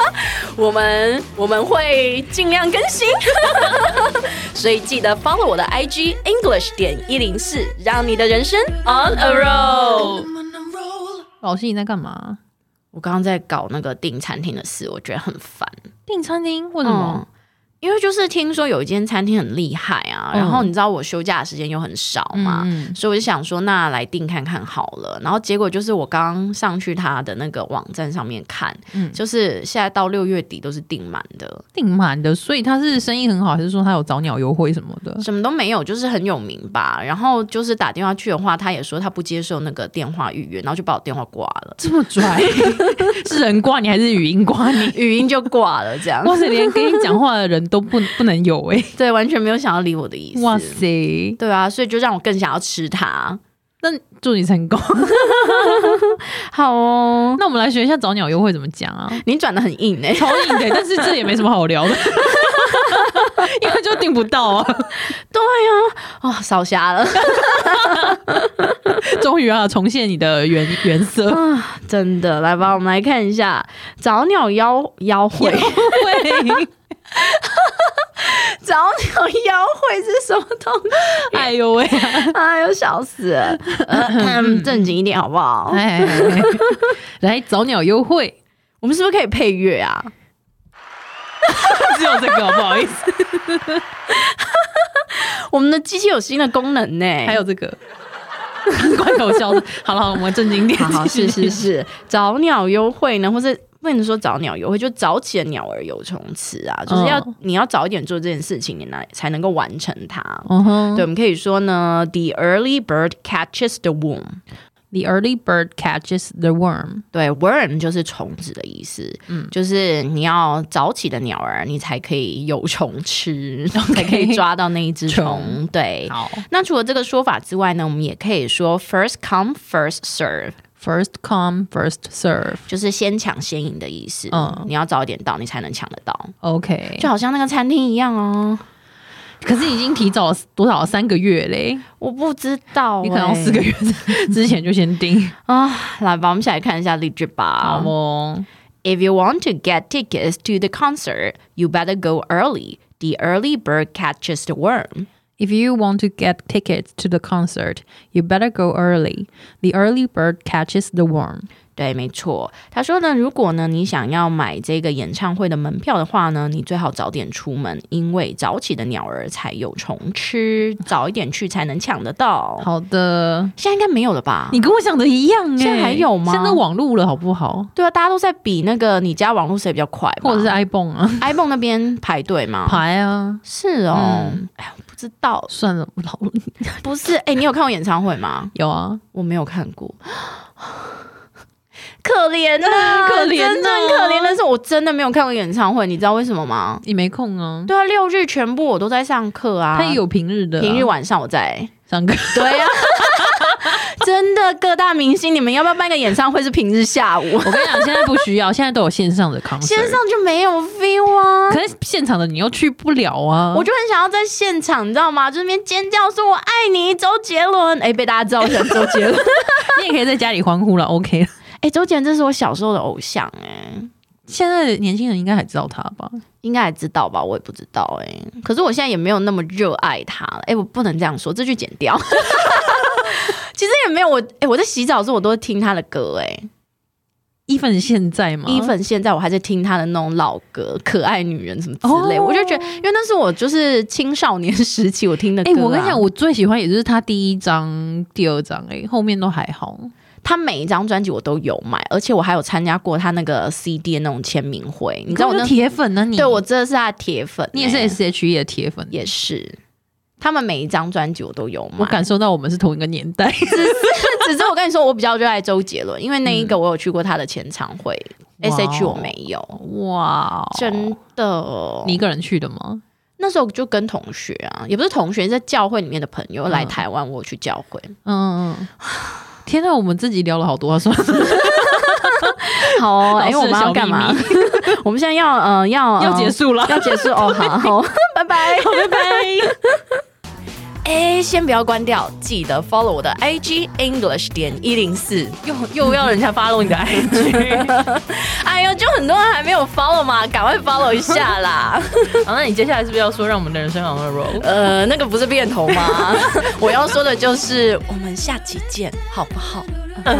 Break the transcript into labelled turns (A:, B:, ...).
A: 我们我们会尽量更新， 所以记得 follow 我的 IG English 点一零四，让你的人生 on a roll。
B: 老师你在干嘛？
A: 我刚刚在搞那个订餐厅的事，我觉得很烦。
B: 订餐厅？为什
A: 嗯
B: 么？，
A: 因为就是听说有一间餐厅很厉害啊，
B: 嗯
A: 然后你知道我休假的时间又很少嘛，
B: 嗯嗯
A: 所以我就想说那来订看看好了。然后结果就是我刚上去他的那个网站上面看，
B: 嗯
A: 就是现在到六月底都是订满的，
B: 订满的，所以他是生意很好，还是说他有早鸟优惠什么的？
A: 什么都没有，就是很有名吧。然后就是打电话去的话，他也说他不接受那个电话预约，然后就把我电话挂了，
B: 这么拽， 是人挂你还是语音挂你？
A: 语音就挂了，这样
B: 哇塞，连跟你讲话的人都不不能有 哎、
A: 对，完全没有想要理我的意思。
B: 哇塞，
A: 对啊，所以就让我更想要吃它。
B: 那祝你 成功。
A: 好哦，
B: 那我们来学一下早鸟优惠怎么讲啊？
A: 你转的很硬哎、
B: 超硬的，但是这也没什么好 聊的，因为就订不到啊。
A: 哦， 烧瞎了，
B: 终于啊，重现你的原原色。
A: 真的。来吧，我们来看一下早鸟妖妖会，
B: 会，
A: 早鸟妖会是什么东西？
B: 哎呦喂、啊！
A: 哎呦，笑死了！ 嗯正经一点好不好？
B: 哎，哎哎来早鸟优惠，
A: 我们是不是可以配乐啊？
B: 只有这个，不好意 思，
A: 我们的机器有新的功能呢、
B: 还有这个。关口笑的，好了，我们正经点。
A: 好 好是是
B: 是，
A: 是，早鸟优惠呢，或是不能说早鸟优惠，就早起的鸟儿有虫吃啊，就是要、
B: 嗯
A: 你要早一点做这件事情，你来才能够完成它。
B: 嗯哼
A: 对，我们可以说呢，the early bird catches the worm。
B: ，The early bird catches the worm。
A: 对，worm 就是虫子的意思，嗯，就是你要早起的鸟儿，你才可以有虫吃，才可以抓到那一只
B: 虫
A: 虫。对，
B: 好
A: 那除了这个说法之外呢，我们也可以说 first come first serve。
B: ，first come first serve。
A: 就是先抢先赢的意思。
B: 嗯
A: 你要早一点到，你才能抢得到，
B: OK，
A: 就好像那个餐厅一样哦。
B: 可是已经提早多少三个月嘞？
A: 我不知道欸、
B: 你可能要四个月之前就先订。
A: 啊！来吧，我们一起来看一下例句吧。
B: 哦，
A: If you want to get tickets to the concert, you better go early. The early bird catches the worm.
B: If you want to get tickets to the concert, you better go early. The early bird catches the worm.
A: 对，没错。他说呢，如果呢你想要买这个演唱会的门票的话呢，你最好早点出门，因为早起的鸟儿才有虫吃，早一点去才能抢得到。
B: 好的，
A: 现在应该没有了吧？
B: 你跟我想的一样哎、
A: 现在还有吗
B: 现在网路了好不好？
A: 对啊，大家都在比那个你家网络谁比较快吧，
B: 或者是 iPhone 啊，
A: iPhone 那边排队吗？
B: 牌啊，
A: 是哦，
B: 嗯
A: 哎、我不知道，
B: 算了，老
A: 不是。哎、你有看过演唱会吗？
B: 有啊，
A: 我没有看过，可怜啊，
B: 可怜
A: 真的
B: 哦
A: 很可怜。但是我真的没有看过演唱会，你知道为什么吗？
B: 你没空啊，
A: 对啊，六日全部我都在上课啊，
B: 他也有平日的、啊，
A: 平日晚上我在。
B: 上课，
A: 对啊， 真的各大明星，你们要不要办个演唱会是平日下午？
B: 我跟你讲，现在不需要，现在都有线上的 concert，
A: 线上就没有 feel 啊。
B: 可是现场的你又去不了啊，
A: 我就很想要在现场，你知道吗？就是那边尖叫说“我爱你”，周杰伦，哎、被大家知道我喜欢周杰伦，
B: 你也可以在家里欢呼了，OK。
A: 哎、周杰伦这是我小时候的偶像、哎，
B: 现在的年轻人应该还知道他吧？
A: 应该还知道吧？我也不知道、哎，可是我现在也没有那么热爱他了，哎、我不能这样说，这句剪掉。 其实也没有我，哎、我在洗澡的时候我都会听他的歌、哎
B: 伊粉现在吗？
A: ，even 现在我还在听他的那种老歌，《可爱女人》什么之类
B: 哦
A: 我就觉得，因为那是我就是青少年时期我听的歌、
B: 哎、
A: 啊。
B: 我跟你讲，我最喜欢也就是他第一张、第二张，哎，后面都还好。
A: 他每一张专辑我都有买，而且我还有参加过他那个 CD 的那种签名会。你知道我
B: 根本
A: 那
B: 就铁粉呢、啊你
A: 对我真的是他的铁粉欸、
B: 你也是 S.H.E 的铁粉，
A: 也是。他们每一张专辑我都有买，
B: 我感受到我们是同一个年代。
A: 只是只是我跟你说，我比较热爱周杰伦，因为那一个我有去过他的前场会， S
B: 嗯哇
A: H
B: 哦
A: 我没有，
B: 哇哦，
A: 真的。
B: 你一个人去的吗？
A: 那时候就跟同学啊，也不是同学，在教会里面的朋友来台湾，我有去教会。
B: 嗯，嗯嗯天呐，我们自己聊了好多啊，算了，
A: 好、哦，哎、
B: 老师的
A: 我们要
B: 小
A: 干嘛
B: 秘？
A: 我们现在要呃要呃
B: 要结束了，
A: 要结束哦， 好，好拜拜。
B: 拜拜。
A: 哎，先不要关掉，记得 follow 我的 IG English 点一零四。
B: 又又要人家发 动你的 IG，
A: 哎呦，就很多人还没有 follow 嘛，赶快 follow 一下啦。
B: 好，那你接下来是不是要说让我们的人生 on a roll？
A: 呃，那个不是变头吗？ 我要说的就是，我们下期见，好不好？
C: I